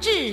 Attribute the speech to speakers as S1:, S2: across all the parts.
S1: 致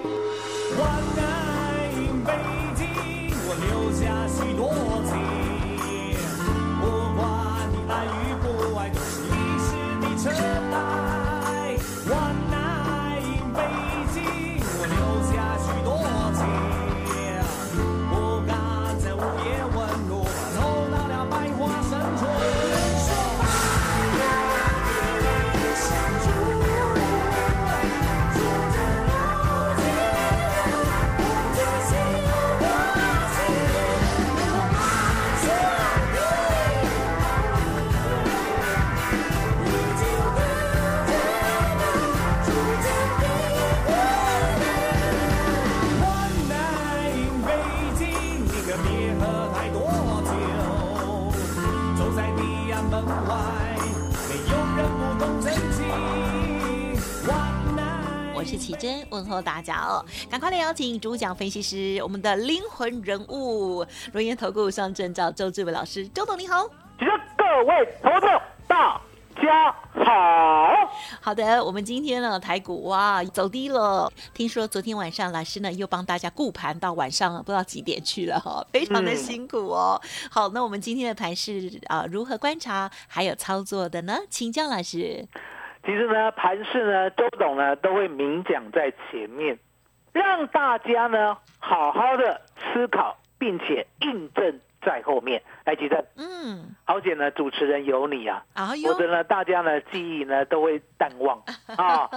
S2: 我爱北京，我留下许多情。不管你爱与不爱，都是一世的尘埃。我爱北京，我留下许多情。不敢在午夜问路，走到了百花深处。说吧，我的相处，住在了街。我的心有多情，我爱上你，已经到这里，逐渐变味。我爱北京，你可别喝太多酒。走在地安门外，没有人不懂真情。我爱
S3: 我是奇珍，问候大家哦！赶快来邀请主讲分析师，我们的灵魂人物——轮研投顾上证照周志伟老师，周董你好。
S4: 这个各位投资者大家好，
S3: 好的，我们今天呢台股哇走低了，听说昨天晚上老师呢又帮大家顾盘到晚上不知道几点去了哈、非常的
S4: 嗯
S3: 辛苦哦。好，那我们今天的盘是啊、如何观察还有操作的呢？请教老师。
S4: 其实呢，盘市呢，周董呢都会明讲在前面，让大家呢好好的思考，并且印证在后面。来，吉正，
S3: 嗯，
S4: 好姐呢，主持人有你啊，
S3: 哎呦
S4: 否，则呢，大家呢记忆呢都会淡忘 啊。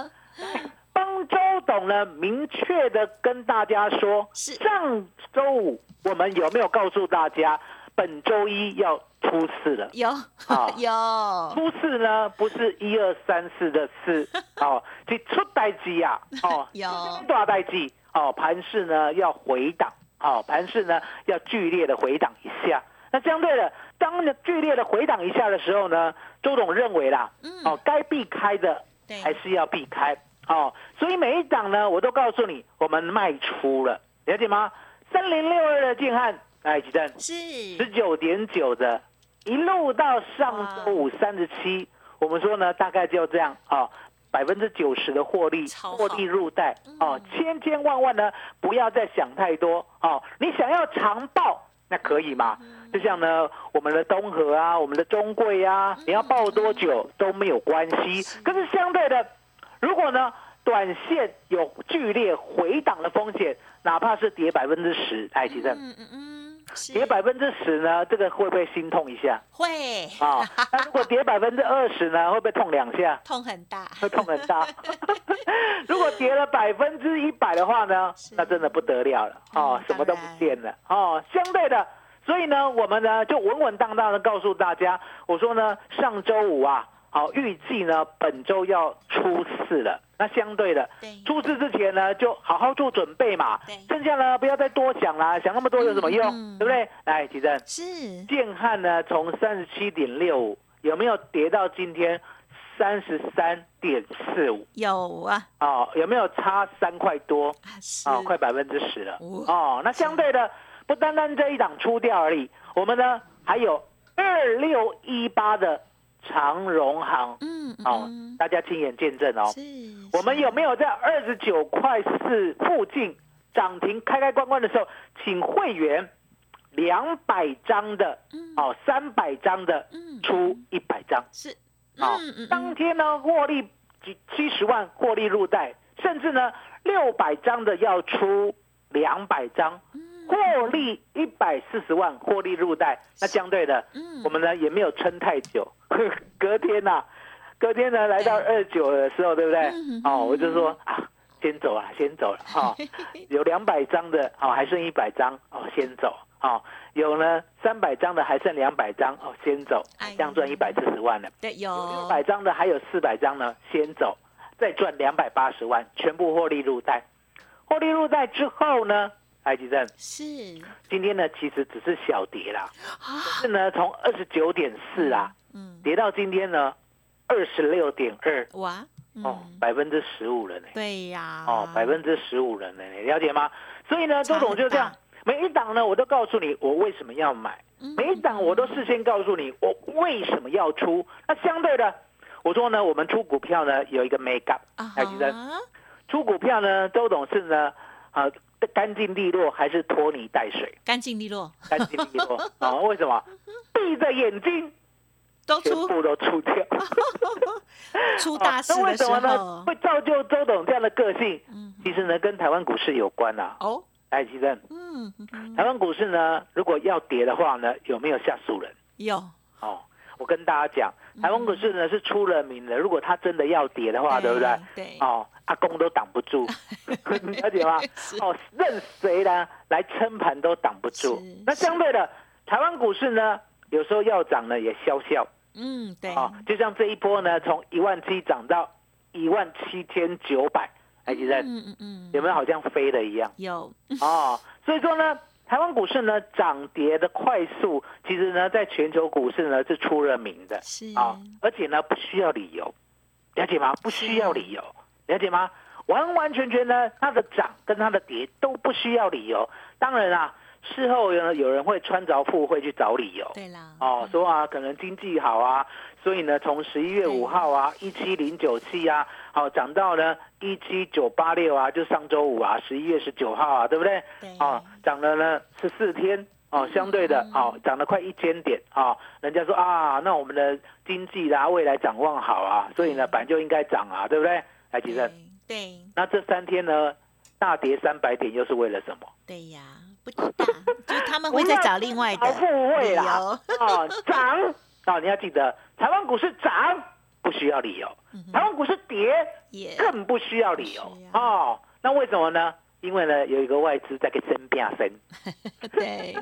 S4: 帮周董呢明确的跟大家说，
S3: 是
S4: 上周五我们有没有告诉大家，本周一要出事了？
S3: 有、
S4: 啊
S3: 有，
S4: 出事呢， 不是一二三四的
S3: ，
S4: 事哦，是出代机呀，哦
S3: 有
S4: 大代机哦，盘势呢要回档，哦，盘势呢要剧烈的回档一下。那相对的，当剧烈的回档一下的时候呢，周董认为啦，
S3: 嗯
S4: 哦，该避开的
S3: 对
S4: 还是要避开，哦，所以每一档呢，我都告诉你，我们卖出了，了解吗？三零六二的建汉，哎，吉正，十
S3: 是
S4: 九点九的，一路到上周五三十七，我们说呢，大概就这样啊，百分之九十的获利
S3: 超好嗯
S4: 获利入袋哦、千千万万呢，不要再想太多哦、你想要长报，那可以嘛？
S3: 嗯
S4: 就像呢，我们的东河啊，我们的中贵啊，
S3: 嗯
S4: 你要报多久都没有关系。可是相对的，如果呢，短线有剧烈回档的风险，哪怕是跌百分之十，哎，其正。
S3: 嗯嗯嗯，是
S4: 跌百分之十呢，这个会不会心痛一下
S3: 会
S4: 啊？那如果跌百分之二十呢，会不会痛两下？
S3: 痛很大，
S4: 会痛很大。 如果跌了百分之一百的话呢
S3: 是，
S4: 那真的不得了了哦
S3: 嗯，
S4: 什么都不
S3: 当然
S4: 见了哦。相对的，所以呢，我们呢就稳稳当当的告诉大家，我说呢，上周五啊，好、预计呢本周要出事了。那相对的
S3: 对，
S4: 出事之前呢，就好好做准备嘛
S3: 嗯对。
S4: 剩下呢，不要再多想啦，想那么多有什么用？
S3: 嗯嗯
S4: 对不对？来，吉正，
S3: 是
S4: 建汉呢，从三十七点六五有没有跌到今天三十三点四五？
S3: 有啊，
S4: 哦，有没有差三块多？
S3: 啊是
S4: 哦，快百分之十了。
S3: 哇
S4: 哦，那相对的，不单单这一档出掉而已，我们呢还有二六一八的长荣行。
S3: 嗯嗯
S4: 哦
S3: 嗯，
S4: 大家亲眼见证哦。
S3: 是
S4: 我们有没有在二十九块四附近涨停开开关关的时候，请会员两百张的
S3: 嗯
S4: 哦，三百张的
S3: 嗯
S4: 出一百张
S3: 是
S4: 哦
S3: 嗯嗯，
S4: 当天呢获利七十万获利入袋，甚至呢六百张的要出两百张，
S3: 嗯
S4: 获利一百四十万获利入袋，那相对的。
S3: 嗯
S4: 我们呢也没有撑太久， 隔天呐、隔天呢来到二九的时候，对不对
S3: 嗯？
S4: 哦，我就说啊，先走啊，先走了 哈、哦有两百张的哦，还剩一百张哦，先走哦。有呢三百张的还剩两百张哦，先走
S3: 哎呀，哦
S4: 这样赚一百四十万了。
S3: 对
S4: 有六
S3: 有
S4: 百张的还有四百张呢，先走。再赚两百八十万，全部获利入袋。获利入袋之后呢，埃及正
S3: 是
S4: 今天呢其实只是小跌啦，
S3: 啊，
S4: 是呢从二十九点四啊
S3: 嗯，
S4: 跌到今天呢二十六点二
S3: 哇，嗯啊
S4: 哦，百分之十五了呢。
S3: 对呀，
S4: 哦，百分之十五人呢，你了解吗？所以呢，周董就这样，每一档呢，我都告诉你我为什么要买，
S3: 嗯
S4: 每一档我都事先告诉你我为什么要出。那相对的，我说呢，我们出股票呢有一个 make up，
S3: 啊哈
S4: 还记得出股票呢，周董是呢，啊、干净利落还是拖泥带水？
S3: 干净利落，
S4: 干净利落 啊、为什么？闭着眼睛
S3: 都
S4: 全
S3: 出
S4: 部都出掉。
S3: 出
S4: 啊
S3: 大事
S4: 那
S3: 的
S4: 为
S3: 时
S4: 什么
S3: 候
S4: 呢？，会造就周董这样的个性？
S3: 嗯，
S4: 其实呢，跟台湾股市有关啊。
S3: 哦，
S4: 哎，奇正，
S3: 嗯，嗯嗯
S4: 台湾股市呢，如果要跌的话呢，有没有吓死人？
S3: 有
S4: 哦，我跟大家讲，
S3: 嗯
S4: 台湾股市呢是出了名的，如果它真的要跌的话，对不对？？
S3: 对，
S4: 哦，阿公都挡不 住，你了解吗？
S3: 是
S4: 哦，任谁呢来撑盘都挡不住
S3: 是。
S4: 那相对的，台湾股市呢，有时候要涨呢也消消
S3: 嗯，对，
S4: 啊、哦，就像这一波呢，从一万七涨到一万七千九百，哎，奇正，
S3: 嗯嗯嗯，
S4: 有没有好像飞了一样？
S3: 有，
S4: 哦，所以说呢，台湾股市呢涨跌的快速，其实呢在全球股市呢是出了名的
S3: 是
S4: 啊、而且呢不需要理由，了解吗？不需要理由，了解吗？完完全全呢，它的涨跟它的跌都不需要理由。当然啊，事后呢有人会穿着附会去找理由。
S3: 对啦，
S4: 哦，说啊，可能经济好啊，所以呢，从十一月五号啊，一七零九七啊，好、涨到呢一七九八六啊，就上周五啊，十一月十九号啊，对不对？
S3: 对，嗯
S4: 哦，涨了呢十四天。哦，相对的，哦，涨了快一千点啊、哦！人家说啊，那我们的经济啦、未来展望好啊，所以呢，本来就应该涨啊，对不对？来，其实，
S3: 对对
S4: 那这三天呢，大跌三百点又是为了什么？
S3: 对呀，不知道，就是他们会再找另外
S4: 好
S3: 的
S4: 复位啊啦，
S3: 理由
S4: 哦，涨哦，你要记得，台湾股市涨不需要理由，
S3: 嗯哼
S4: 台湾股市跌
S3: 也
S4: 更不需要理由
S3: 是啊
S4: 哦。那为什么呢？因为呢，有一个外资在给生病生。
S3: 对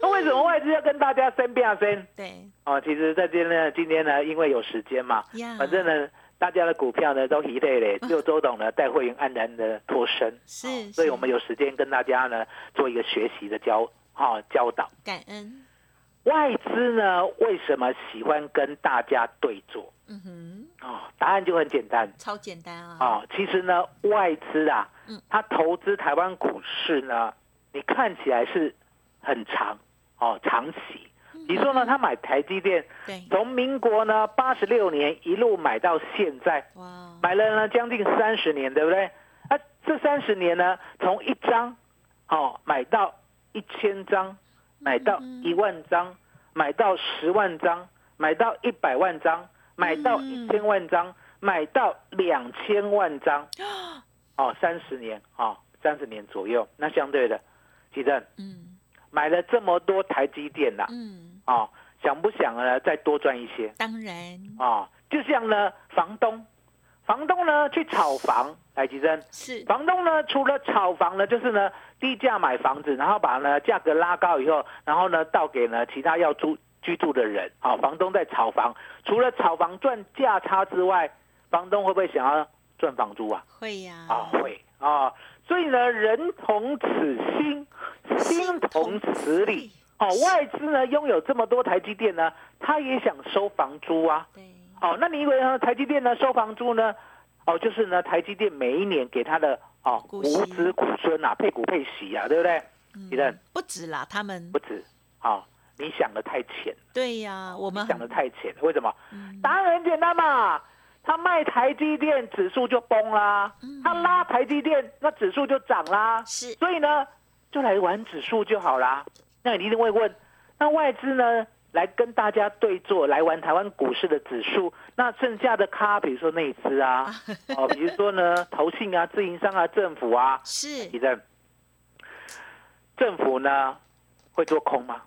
S4: 那为什么外资要跟大家生病生？
S3: 对
S4: 哦，其实在今天呢，今天呢，因为有时间嘛，
S3: 呀，
S4: 反正呢，大家的股票呢都疲累嘞，只有周董呢带会员安然的脱身。
S3: 是
S4: 哦所以
S3: 是
S4: 我们有时间跟大家呢做一个学习的教哦教导。
S3: 感恩，
S4: 外资呢为什么喜欢跟大家对坐？
S3: 嗯哼，
S4: 哦，答案就很简单
S3: 超简单啊，
S4: 哦。其实呢，外资啊
S3: 嗯，
S4: 它投资台湾股市呢，你看起来是很长哦，长期。你说呢？他买台积电，
S3: 对，
S4: 从民国呢八十六年一路买到现在，
S3: 哇，
S4: 买了呢将近三十年，对不对？啊，这三十年呢，从一张哦买到一千张，买到一万张，买到十万张，买到一百万张，买到一千万张，买到两千万张，哦，三十年哦，三十年左右。那相对的，其正
S3: 嗯
S4: 买了这么多台积电啦、
S3: 嗯，
S4: 哦，想不想呢再多赚一些？
S3: 当然
S4: 啊、就像呢，房东，房东呢去炒房，来吉珍，
S3: 是，
S4: 房东呢除了炒房呢，就是呢低价买房子，然后把呢价格拉高以后，然后呢倒给呢其他要租居住的人，啊、房东在炒房，除了炒房赚价差之外，房东会不会想要赚房租啊？
S3: 会呀，
S4: 啊，会啊，所以呢，人同此心，心同此理。，哦，外资呢拥有这么多台积电呢，他也想收房租啊。
S3: 对，
S4: 哦，那你以为呢？台积电呢收房租呢？哦，就是呢，台积电每一年给他的哦
S3: 股
S4: 股
S3: 息
S4: 子股孙啊，配股配息啊，对不对？
S3: 嗯
S4: 你看
S3: 不止啦，他们
S4: 不哦止，哦，你想的太浅，
S3: 对呀，我们
S4: 想的太浅了。为什么？
S3: 嗯
S4: 答案很简单嘛，他卖台积电指数就崩啦
S3: 嗯，
S4: 他拉台积电那指数就涨啦，
S3: 是
S4: 所以呢，就来玩指数就好啦。那你一定会问，那外资呢来跟大家对坐，来玩台湾股市的指数，那剩下的咖，比如说内资啊，哦，比如说呢投信啊、自营商啊、政府啊，
S3: 是
S4: 你正政府呢会做空吗？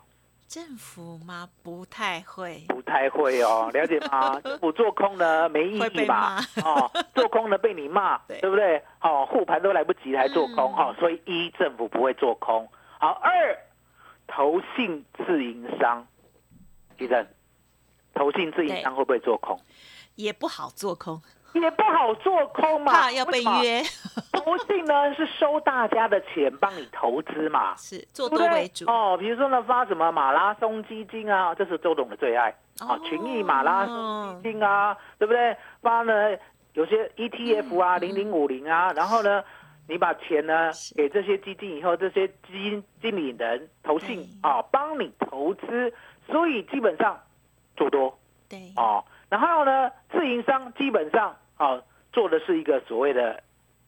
S3: 政府吗？不太会，
S4: 不太会 哦，了解吗？政府做空呢没意
S3: 会
S4: 义
S3: 被
S4: 嘛，哦，做空呢被你骂，
S3: 对嗯
S4: 对不对？哦，护盘都来不及还做空哈、哦，所以一政府不会做空，好二投信自营商，医生，投信自营商会不会做空？
S3: 也不好做空，
S4: 也不好做空嘛，
S3: 怕要被
S4: 为
S3: 约，
S4: 什么。投信呢是收大家的钱帮你投资嘛，
S3: 是做
S4: 对不
S3: 多
S4: 对
S3: 为主，
S4: 哦。比如说呢，发什么马拉松基金啊，这是周董的最爱啊，
S3: 哦
S4: 群益马拉松基金啊，对不对？发呢有些 ETF 啊，零零五零啊，然后呢，你把钱呢
S3: 嗯是
S4: 给这些基金以后，这些基金经理人投信
S3: 哎
S4: 啊，帮你投资，所以基本上做多
S3: 对，
S4: 哦。然后呢，自营商基本上啊做的是一个所谓的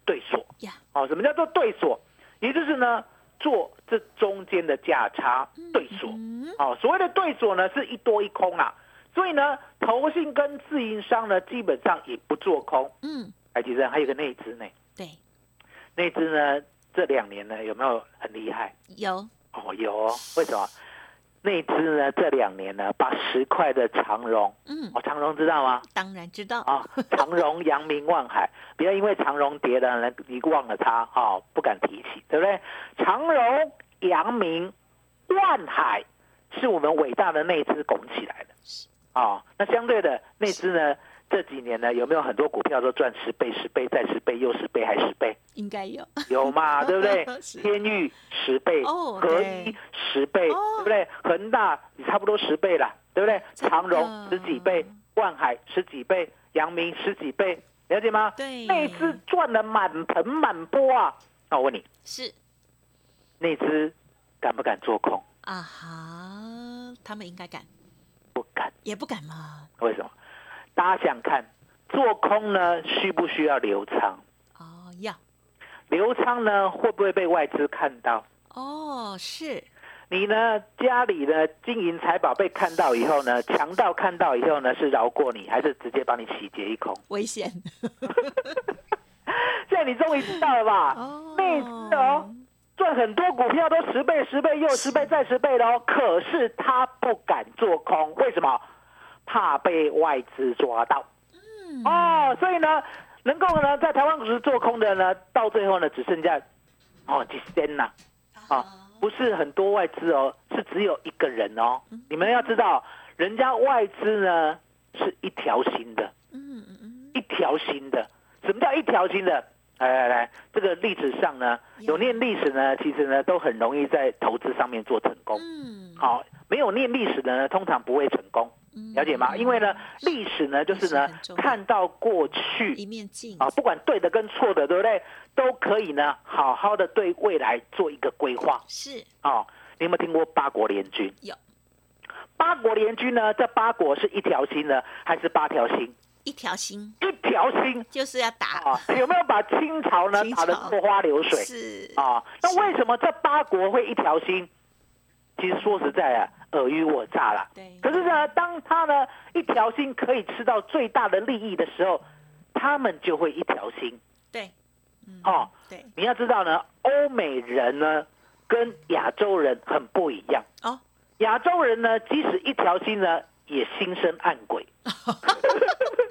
S4: 对锁，
S3: 呀，
S4: 哦，什么叫做对锁？也就是呢，做这中间的价差对锁。
S3: 嗯，
S4: 哦，所谓的对锁呢，是一多一空啦。所以呢，投信跟自营商呢，基本上也不做空。
S3: 嗯，
S4: 哎，其实还有个内资呢，
S3: 对，
S4: 内资呢这两年呢有没有很厉害？
S3: 有，
S4: 哦，有哦。为什么？内资呢这两年呢，把十块的长荣，
S3: 嗯，
S4: 哦，长荣知道吗？
S3: 当然知道，
S4: 啊，长荣、阳明、万海，不要因为长荣跌了，呢，你忘了它啊，不敢提起，对不对？长荣、阳明、万海是我们伟大的内资拱起来的，啊，那相对的内资呢，这几年呢有没有很多股票都赚十倍、十倍再十倍又十倍还十倍？
S3: 应该 有，？
S4: 有嘛，对不对
S3: 是
S4: 天域十倍，
S3: 哦
S4: 合
S3: 对
S4: 一十倍，
S3: 哦
S4: 对不对？恒大也差不多十倍啦，对不对？
S3: 真的
S4: 长荣十几倍，万海十几倍，阳明十几倍，了解吗？
S3: 对
S4: 那次赚的满盆满钵啊！那我问你，
S3: 是
S4: 那只敢不敢做空？
S3: 啊哈，他们应该敢，
S4: 不敢，
S3: 也不敢嘛，
S4: 为什么？大家想看做空呢，需不需要留仓？
S3: 哦，要，
S4: 留仓呢，会不会被外资看到？
S3: 哦，是，
S4: 你呢？家里的金银财宝被看到以后呢，强盗看到以后呢，是饶过你，还是直接把你洗劫一空？
S3: 危险，
S4: 现在你终于知道了吧？
S3: 哦
S4: 妹子哦，赚很多股票都十倍、十倍又十倍再十倍了哦，可是他不敢做空，为什么？怕被外资抓到。哦，所以呢，能够呢在台湾股市做空的呢，到最后呢只剩下哦几千呐、
S3: 哦
S4: 啊，不是很多外资哦，是只有一个人哦。
S3: 嗯
S4: 你们要知道，人家外资呢是一条心的，
S3: 嗯嗯嗯，
S4: 一条心的。什么叫一条心的？来来来，这个历史上呢，有念历史呢，其实呢都很容易在投资上面做成功。
S3: 嗯，
S4: 好、没有念历史的呢，通常不会成功，
S3: 嗯
S4: 了解吗？因为呢，历史呢就是呢
S3: 历史很重要
S4: 看到过去
S3: 一面镜
S4: 啊，不管对的跟错的，对不对？都可以呢，好好的对未来做一个规划
S3: 是
S4: 啊。你有没有听过八国联军？
S3: 有
S4: 八国联军呢？这八国是一条心呢，还是八条心？
S3: 一条心，
S4: 一条心
S3: 就是要打，
S4: 啊！有没有把清朝呢
S3: 清朝
S4: 打得落花流水
S3: 是
S4: 啊？那为什么这八国会一条心？其实说实在啊，尔虞我诈啦。
S3: 对
S4: 可是呢，当他呢一条心可以吃到最大的利益的时候，他们就会一条心。
S3: 对，
S4: 哦，
S3: 对，
S4: 你要知道呢，欧美人呢跟亚洲人很不一样。
S3: 哦，
S4: 亚洲人呢，即使一条心呢，也心生暗鬼。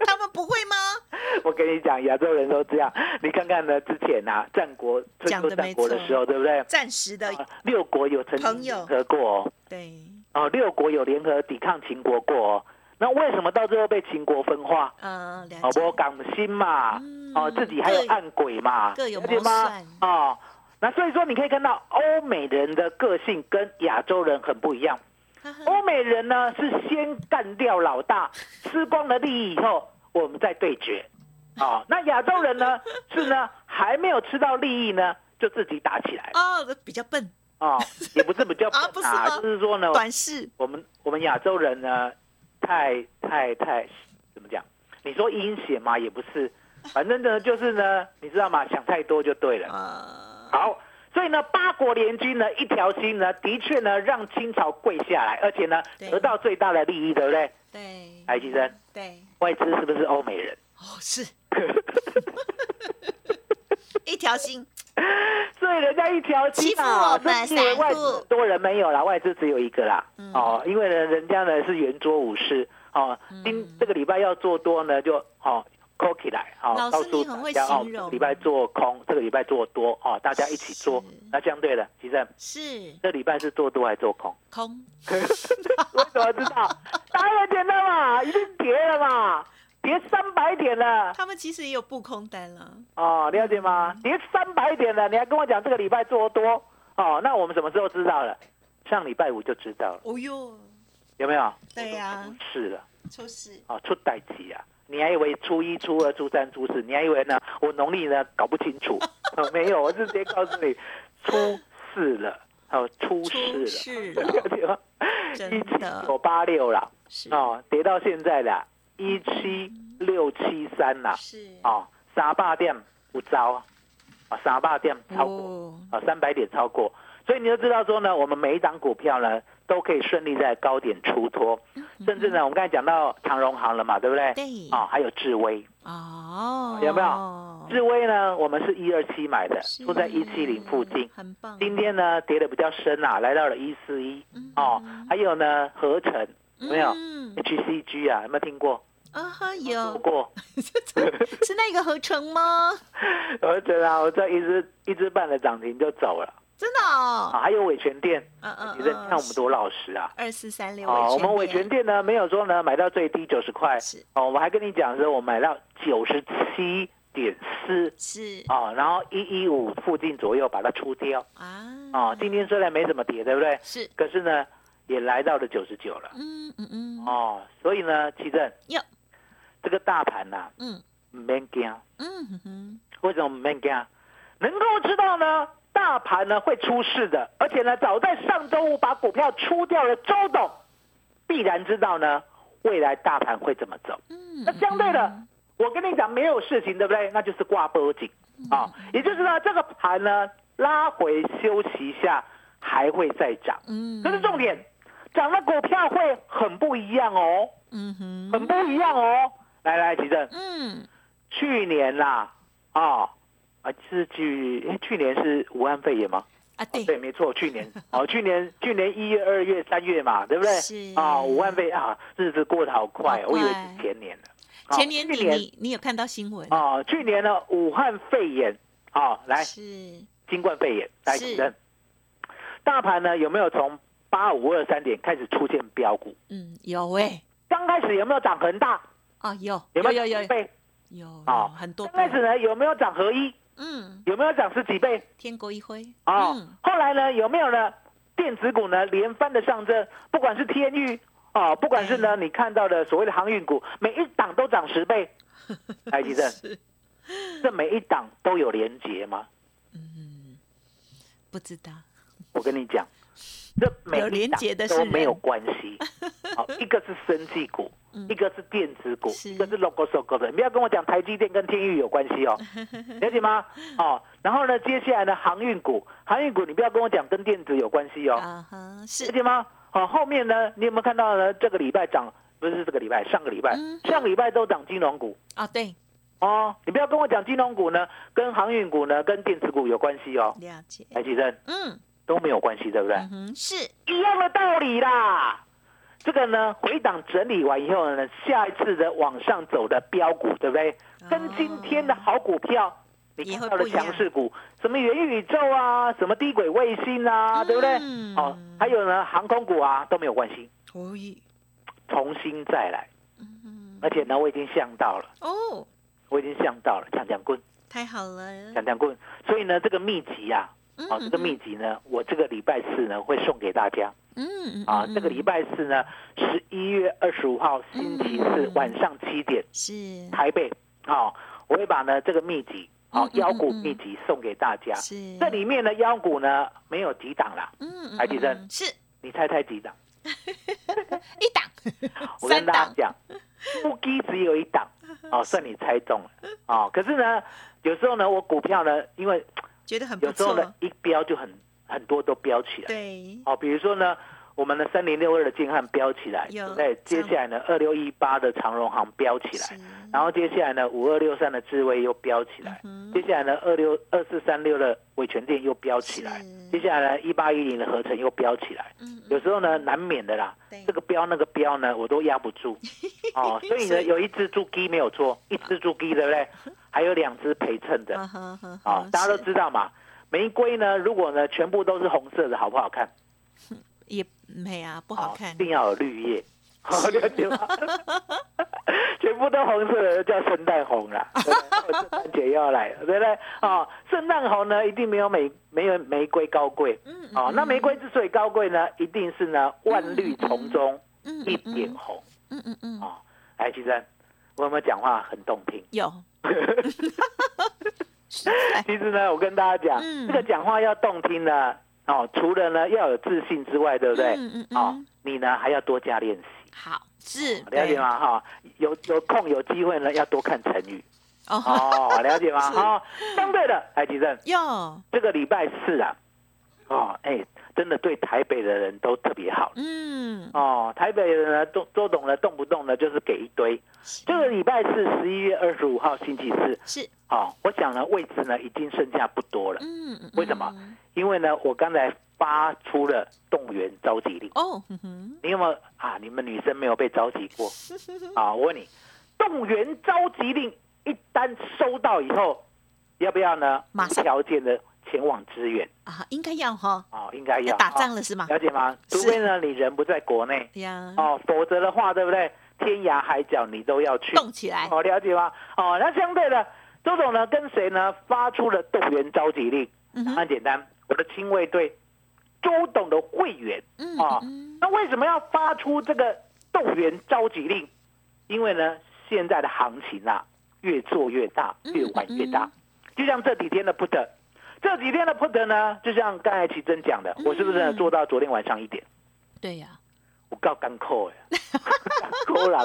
S3: 他们不会吗？
S4: 我跟你讲，亚洲人都这样。你看看呢，之前啊，战国春
S3: 讲
S4: 秋
S3: 得
S4: 战
S3: 没
S4: 国的
S3: 错
S4: 时候，对不对？
S3: 暂时的，
S4: 啊六国有曾
S3: 朋
S4: 经
S3: 友
S4: 联合过哦，
S3: 对，
S4: 哦，六国有联合抵抗秦国过哦。那为什么到最后被秦国分化？
S3: 嗯，了
S4: 哦，
S3: 解
S4: 我，港心嘛
S3: 嗯，
S4: 哦，自己还有
S3: 各
S4: 暗鬼嘛，
S3: 各有
S4: 了解
S3: 谋
S4: 吗
S3: 算？
S4: 哦，那所以说你可以看到欧美人的个性跟亚洲人很不一样。
S3: 哈哈
S4: 欧美人呢是先干掉老大，吃光了利益以后，我们再对 决。哦，那亚洲人呢是呢还没有吃到利益呢，就自己打起来。
S3: 哦，比较笨，
S4: 哦，也不是比较
S3: 啊不是吗
S4: 就是说呢，
S3: 短视，
S4: 我们我们亚洲人呢，太太太怎么讲？你说阴险嘛，也不是，反正呢就是呢，你知道吗？想太多就对了。
S3: 呃，
S4: 好，所以呢，八国联军呢，一条心呢，的确呢，让清朝跪下来，而且呢，
S3: 对嗯
S4: 得到最大的利益，对不对？
S3: 对，
S4: 白先生，
S3: 对，
S4: 外资是不是欧美人？
S3: 哦，是一条心，
S4: 所以人家一条心啊，
S3: 欺负我们
S4: 这以为外
S3: 散户
S4: 资很多人没有啦，外资只有一个啦。
S3: 嗯
S4: 哦，因为呢，人家呢是圆桌武士哦，
S3: 嗯
S4: 今、这个礼拜要做多呢，就哦。扣起来，哦，
S3: 老师
S4: 告诉
S3: 你很会
S4: 大家哦，
S3: 形
S4: 这
S3: 容
S4: 个礼拜做空，这个礼拜做多，哦，大家一起做
S3: 是。
S4: 那相对的，其实
S3: 是
S4: 这礼拜是做多还是做空？
S3: 空，
S4: 我怎么知道？答案很简单嘛，一定跌了嘛。跌三百点了
S3: 他们其实也有布空单了，
S4: 哦，了解吗？跌三百点了，你还跟我讲这个礼拜做多哦？那我们什么时候知道了？上礼拜五就知道了，
S3: 哦哟，
S4: 有没有？
S3: 对呀
S4: 我都出事了
S3: 抽是
S4: 哦，出代级啊！你还以为初一、初二、初三、初四？你还以为呢？我农历呢搞不清楚、 哦没有，我是直接告诉你，出事了，哦，出
S3: 出
S4: 事
S3: 事
S4: 了，了
S3: 了，
S4: 解吗？一
S3: 真
S4: 七九
S3: 的
S4: 八六啦，
S3: 是
S4: 哦，跌到现在啦，一七六七三啦，
S3: 嗯是
S4: 哦，三百点有招啊，啊，三百点超过
S3: 哦，
S4: 啊，三百点超过，所以你就知道说呢，我们每一档股票呢都可以顺利在高点出脱，甚至呢，我们刚才讲到长荣行了嘛，对不对？
S3: 嗯对
S4: 啊，还有智威，
S3: 哦，
S4: 有没
S3: 有
S4: 智威呢，我们是一二七买的，
S3: 是
S4: 都在一七零附近。
S3: 很棒。
S4: 今天呢，跌的比较深啊，来到了一四一
S3: 嗯
S4: 哦，还有呢，合成有没有
S3: 嗯，
S4: ？HCG 啊，有没有听过？
S3: 啊哈，
S4: 说
S3: 有
S4: 过，
S3: 是那个合成吗？
S4: 合成啊，我这一只一只半的涨停就走了
S3: 真的哦，
S4: 啊，还有伟全店，
S3: 嗯嗯
S4: 你在看我们多老实啊！
S3: 二四三六，
S4: 哦，我们伟
S3: 尾
S4: 全店呢没有说呢买到最低九十块，
S3: 是
S4: 哦，我们还跟你讲说我买到九十七点
S3: 嗯
S4: 四
S3: 是
S4: 哦，然后一一五附近左右把它出掉
S3: 啊，
S4: 哦。今天虽然没怎么跌，对不对？
S3: 是
S4: 可是呢也来到了九十九了
S3: 嗯嗯嗯
S4: 哦，所以呢，奇正
S3: 哟，
S4: 这个大盘呐、
S3: 嗯
S4: 唔免惊，
S3: 嗯哼哼，
S4: 为什么唔免惊？啊能够知道呢，大盘呢会出事的，而且呢，早在上周五把股票出掉了，周董必然知道呢，未来大盘会怎么走。
S3: 嗯
S4: 那相对的，我跟你讲没有事情，对不对？那就是挂波景
S3: 嗯
S4: 啊，也就是呢，这个盘呢拉回休息一下，还会再涨。
S3: 嗯
S4: 可是重点，涨的股票会很不一样哦，
S3: 嗯哼
S4: 很不一样哦。来来，奇正，
S3: 嗯
S4: 去年啦，啊、啊，是去诶去年是武汉肺炎吗？哦
S3: 啊对
S4: 对，没错，去年哦，去年去年一月、二月、三月嘛，对不对？
S3: 是
S4: 啊，武汉肺啊，日子过得好快，
S3: 好快
S4: 我以为是前年了。啊
S3: 前年底
S4: 去年
S3: 你你有看到新闻
S4: 啊，去年呢，武汉肺炎啊，来
S3: 是
S4: 新冠肺炎来
S3: 是
S4: 主任，大盘呢有没有从八五二三点开始出现标股？
S3: 嗯有哎
S4: 刚开始有没有涨恒大？
S3: 哦有
S4: 有
S3: 有
S4: 没
S3: 有
S4: 有
S3: 有
S4: 几倍？
S3: 有
S4: 啊
S3: 有很多
S4: 刚开始呢有没有涨合一？
S3: 嗯
S4: 有没有涨十几倍？
S3: 天国一辉
S4: 哦，
S3: 嗯
S4: 后来呢，有没有呢？电子股呢连番的上升，不管是天域哦，不管是
S3: 哎
S4: 呢你看到的所谓的航运股，每一档都涨十 倍。台积电，
S3: 是
S4: 这每一档都有连结吗？
S3: 嗯不知道
S4: 我跟你讲，这每
S3: 有
S4: 一
S3: 连
S4: 档
S3: 结的是
S4: 都没有
S3: 人
S4: 关系。 好、一个是生技股，一个是电子股，
S3: 嗯是
S4: 一个是 logo logo 的。你不要跟我讲台积电跟天域有关系哦， 了解吗？哦，然后呢，接下来呢，航运股，航运股你不要跟我讲跟电子有关系哦。
S3: 啊哈
S4: 了
S3: 是
S4: 解吗？好、哦后面呢，你有没有看到呢？这个礼拜涨不是这个礼拜，上个礼拜，
S3: 嗯
S4: 上个礼拜都涨金融股
S3: 啊对
S4: 哦。你不要跟我讲金融股呢，跟航运股呢，跟电子股有关系哦。
S3: 了解
S4: 台积电
S3: 嗯
S4: 都没有关系，对不对？
S3: 嗯哼是
S4: 一样的道理啦。这个呢，回档整理完以后呢，下一次的往上走的标股，对不对？
S3: 哦
S4: 跟今天的好股票，你看到的强势股，什么元宇宙啊，什么低轨卫星啊，
S3: 嗯
S4: 对不对？哦，还有呢，航空股啊都没有关系，
S3: 同意
S4: 重新再来。
S3: 嗯
S4: 而且呢，我已经想到了，
S3: 哦
S4: 我已经想到了，抢抢棍，
S3: 太好了
S4: 抢抢棍。所以呢，这个秘籍啊，
S3: 嗯
S4: 哦，这个秘籍呢，我这个礼拜四呢会送给大家。
S3: 嗯嗯
S4: 啊，
S3: 嗯
S4: 这个礼拜四呢，十一月二十五号星期四
S3: 嗯
S4: 晚上七点，
S3: 是
S4: 台北，好、我会把呢这个秘籍，好、
S3: 嗯嗯嗯
S4: 妖股
S3: 嗯
S4: 秘籍送给大家。
S3: 是
S4: 这里面的妖股呢，没有几档啦，
S3: 嗯嗯
S4: 台积电
S3: 嗯是
S4: 你猜猜几档？
S3: 一档
S4: 我
S3: 三
S4: 跟大家
S3: 档
S4: 讲，不低只有一 档，哦，算你猜中了，哦，可是呢，有时候呢，我股票呢，因为
S3: 觉得很不
S4: 有时候呢
S3: 错，
S4: 一标就很很多都标起来，
S3: 对
S4: 哦，比如说呢，我们的三零六二的金汉标起来，
S3: 有
S4: 对，接下来呢，二六一八的长荣行标起来
S3: 是，
S4: 然后接下来呢，五二六三的智威又标起来，
S3: 嗯
S4: 接下来呢，二六二四三六的伟全店又标起来，
S3: 是
S4: 接下来呢，一八一零的合成又标起来。
S3: 嗯嗯
S4: 有时候呢，难免的啦
S3: 对，
S4: 这个标那个标呢，我都压不住， 哦，所以呢，有一只猪鸡没有错，一只猪鸡 对不对？还有两只陪衬的
S3: 啊哈哈哈
S4: 啊，大家都
S3: 是
S4: 知道嘛。玫瑰呢，如果呢全部都是红色的，好不好看？
S3: 也没啊不
S4: 啊
S3: 好看
S4: 一定要有绿叶。好了解吗？ 全部都红色的叫圣诞红啦，对不对哦圣诞节要来了，对不对？哦，圣诞红呢，一定没有玫没有玫瑰高贵，
S3: 嗯嗯
S4: 哦，那玫瑰之所以高贵呢，一定是呢万绿丛中
S3: 嗯
S4: 一点红，
S3: 嗯嗯嗯，
S4: 哦，哎，其实我有没有讲话很动听？
S3: 有，
S4: 其实呢，我跟大家讲，
S3: 哎嗯
S4: 这个讲话要动听呢，哦，除了呢要有自信之外，对不对？
S3: 嗯嗯嗯
S4: 哦，你呢还要多加练习。
S3: 好是，
S4: 啊了解
S3: 对？
S4: 吗？哈、有有空有机会呢，要多看成 语
S3: 哦，
S4: 哦，了解吗？
S3: 是
S4: 哈、相对的，哎，吉正，
S3: 有，
S4: 这个礼拜四啊，哦，哎，真的对台北的人都特别好
S3: 嗯，
S4: 哦，台北人呢都都懂了，动不动呢就是给一
S3: 嗯
S4: 堆。这个礼拜四，十一月二十五号星期四，
S3: 是，
S4: 哦，我想呢位置呢已经剩下不多了，
S3: 嗯，嗯
S4: 为什么
S3: 嗯
S4: 因为呢我刚才发出了动员召集令。
S3: 哦，嗯哼，
S4: 你有没有啊？你们女生没有被召集过啊？我问你，动员召集令一单收到以后，要不要呢？
S3: 马上
S4: 无条件的前往支援
S3: 啊，应该要哈，
S4: 啊？应该要
S3: 要打仗
S4: 啊
S3: 了是吗？
S4: 了解吗？
S3: 是
S4: 除非呢你人不在国内
S3: 哎呀，
S4: 哦，否则的话，对不对？天涯海角你都要去
S3: 动起来，
S4: 哦，了解吗？哦，那相对的，周总呢跟谁呢发出了动员召集令？
S3: 嗯
S4: 答
S3: 哼，
S4: 案简单，我的亲卫队，周董的会员。
S3: 嗯
S4: 啊
S3: 嗯，
S4: 那为什么要发出这个动员召集令？因为呢，现在的行情啊，越做越大，
S3: 嗯
S4: 越玩越大
S3: 嗯。
S4: 就像这几天的 put，这几天的 put 呢，就像刚才奇珍讲的
S3: 嗯，
S4: 我是不是做到昨天晚上一点？
S3: 对呀，
S4: 我告干扣 哎，干扣了。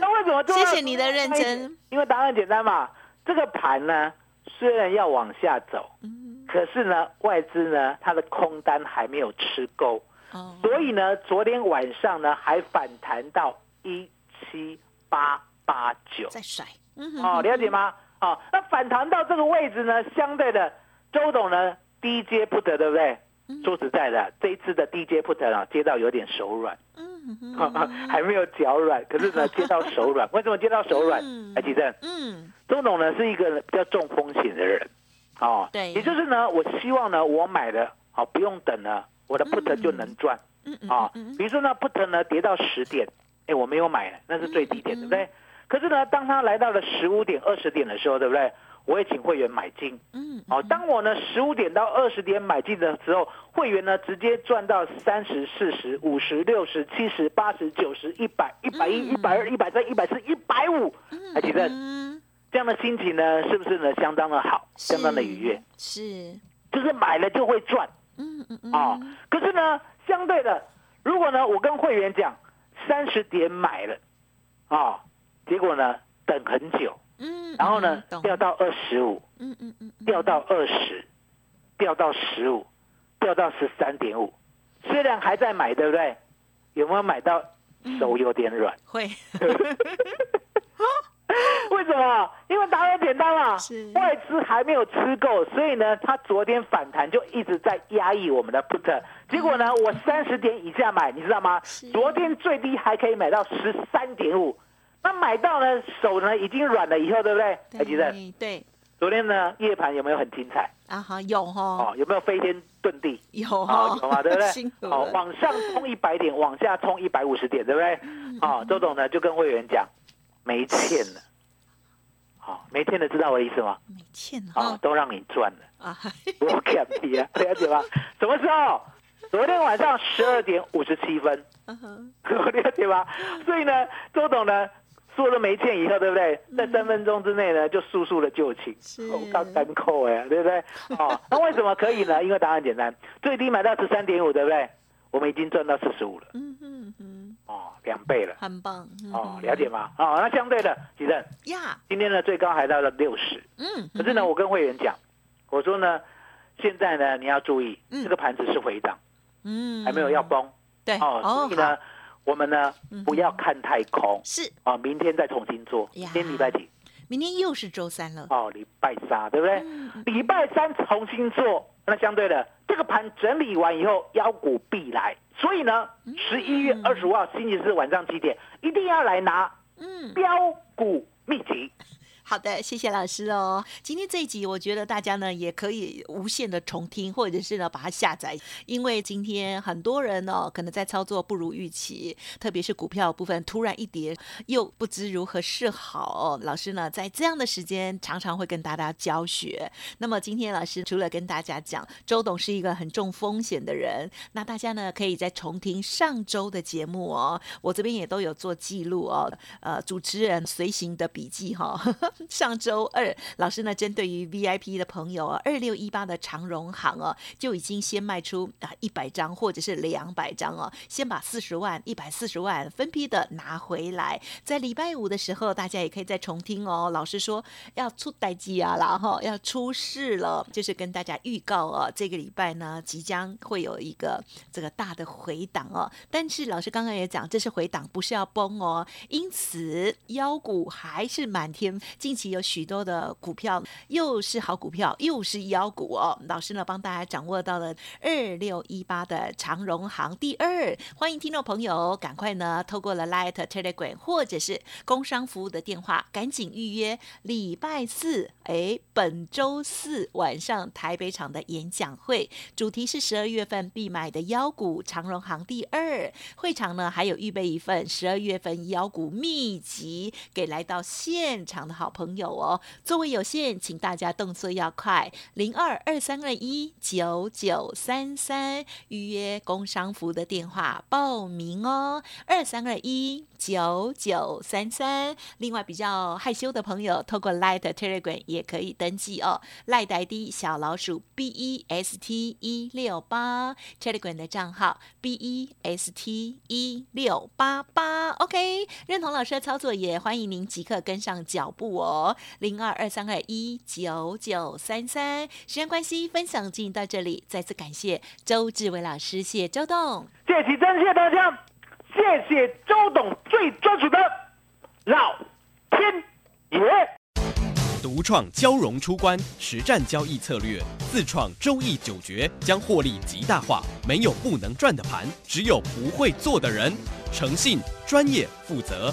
S4: 那为什么做到昨天晚上一
S3: 谢
S4: 点？
S3: 谢你的认真，
S4: 因为答案简单嘛。这个盘呢，虽然要往下走，
S3: 嗯，
S4: 可是呢，外资呢，它的空单还没有吃够。
S3: 哦，
S4: 所以呢，昨天晚上呢还反弹到一七八八九，
S3: 再甩，嗯哼，
S4: 哦，了解吗？哦，那反弹到这个位置呢，相对的，周董呢低接不得，对不对？
S3: 嗯
S4: 说实在的，这一次的低接不得啊，接到有点手软，
S3: 嗯哼，
S4: 还没有脚软，可是呢接到手 软，为什么接到手软
S3: 嗯？
S4: 哎，奇正，
S3: 嗯，
S4: 周董呢是一个比较重风险的人，哦，
S3: 对
S4: 也就是呢，我希望呢我买的，好、不用等了，我的 put 就能赚。
S3: 嗯嗯，
S4: 啊
S3: 嗯，
S4: 比如说呢，put 呢跌到十点，哎，我没有买，那是
S3: 嗯
S4: 最低点，对不对？可是呢，当它来到了十五点、二十点的时候，对不对？我也请会员买进。
S3: 嗯，
S4: 哦，当我呢十五点到二十点买进的时候，会员呢直接赚到三十、四十、五十、六十、七十、八十、九十、一百、一百一、一百二、一百三、一百四、一百五，还记得
S3: 嗯，
S4: 这样的心情呢，是不是呢相当的好，相当的愉悦？
S3: 是，
S4: 就是买了就会赚。
S3: 嗯嗯嗯，
S4: 哦，可是呢，相对的，如果呢，我跟会员讲三十点买了，啊、结果呢等很久，
S3: 嗯，
S4: 然后呢
S3: 嗯懂，
S4: 掉到二十五，
S3: 嗯嗯嗯，嗯
S4: 掉到二十，掉到十五，掉到十三点五，虽然还在买，对不对？有没有买到
S3: 嗯
S4: 手有点软？
S3: 会，
S4: 为什么？因为答案简单嘛
S3: 是，
S4: 外资还没有吃够，所以呢，它昨天反弹就一直在压抑我们的 put。结果呢，我三十点以下买，你知道吗
S3: 是？
S4: 昨天最低还可以买到十三点五，那买到呢手呢已经软了以后，对不对？哎，其实
S3: 对对
S4: 昨天呢夜盘有没有很精彩？
S3: 啊哈，有哈，
S4: 哦，有没有飞天遁地？
S3: 有
S4: 哦
S3: 哈，，
S4: 有嘛，对不
S3: 辛苦
S4: 对？
S3: 了
S4: 哦，往上冲一百点，往下冲一百五十点，对不对？
S3: 嗯
S4: 哦，周董呢就跟会员讲，没欠了。好、没欠了，知道我的意思吗？
S3: 没欠
S4: 哦
S3: 哈，
S4: 都让你赚了，
S3: 啊，
S4: 我敢提啊，了解吗？什么时候？昨天晚上十二点五十七分，
S3: 嗯哼
S4: 了解吗？所以呢，周董呢说了没欠以后，对不对？在三分钟之内呢，就速速的就擒，
S3: 嗯是
S4: 我刚干扣哎，对不对？哦，那为什么可以呢？因为 答案简单，最低买到十三点五，对不对？我们已经赚到四十五了，
S3: 嗯哼嗯哼，
S4: 哦，两倍了，
S3: 很棒，嗯
S4: 哦，了解吗？哦，那相对的，其实
S3: 呀，
S4: 今天呢最高还到了六十，
S3: 嗯，
S4: 可是呢，我跟会员讲，我说呢，现在呢你要注意，
S3: 嗯
S4: 这个盘子是回档，
S3: 嗯，
S4: 还没有要崩
S3: 对
S4: 哦，所以
S3: 好嗯
S4: 呢，我们呢不要看太空
S3: 是
S4: 哦，明天再重新做，今
S3: 呀
S4: 天礼拜几？
S3: 明天又是周三了，
S4: 哦，礼拜三，对不对
S3: 嗯嗯？
S4: 礼拜三重新做，那相对的，这个盘整理完以后，妖股必来，所以呢，
S3: 嗯
S4: 十一月二十五号星期四晚上七点，一定要来拿
S3: 嗯，
S4: 标股秘籍。
S3: 好的，谢谢老师哦。今天这一集，我觉得大家呢也可以无限的重听，或者是呢把它下载，因为今天很多人哦，可能在操作不如预期，特别是股票部分突然一跌，又不知如何是好哦、老师呢在这样的时间，常常会跟大家教学。那么今天老师除了跟大家讲周董是一个很重风险的人，那大家呢可以再重听上周的节目哦，我这边也都有做记录哦，呃，主持人随行的笔记哈、哦。上周二老师呢针对于 VIP 的朋友哦，二六一八的长荣行哦，就已经先卖出啊一百张或者是两百张哦，先把四十万、一百四十万分批的拿回来，在礼拜五的时候大家也可以再重听哦。老师说要出代机啊啦，然后要出事了，就是跟大家预告哦，这个礼拜呢即将会有一个这个大的回档哦。但是老师刚刚也讲，这是回档，不是要崩哦。因此，妖股还是满天。近期有许多的股票，又是好股票，又是妖股哦。老师呢，帮大家掌握到了二六一八的长荣行第二。欢迎听众朋友赶快呢，透过了 Light Telegram 或者是工商服务的电话，赶紧预约礼拜四，哎，本周四晚上台北场的演讲会，主题是十二月份必买的妖股长荣行第二。会场呢还有预备一份十二月份妖股秘籍给来到现场的好朋友哦，座位有限，请大家动作要快，零二二三二一九九三三预约工商服的电话报名哦，二三二一九九三三。另外比较害羞的朋友，透过 Light Telegram 也可以登记哦，Light ID 小老鼠 B E S T 一六八 Telegram 的账号 B E S T 一六八八，OK，认同老师的操作也欢迎您即刻跟上脚步哦，零二二三二一九九三三。时间关系，分享进行到这里，再次感谢周志伟老师，谢谢周董。
S4: 借题真谢大家，谢谢周董最专属的老天爷。
S5: 独创交融出关实战交易策略，自创周易九诀，将获利极大化。没有不能赚的盘，只有不会做的人。诚信、专业、负责，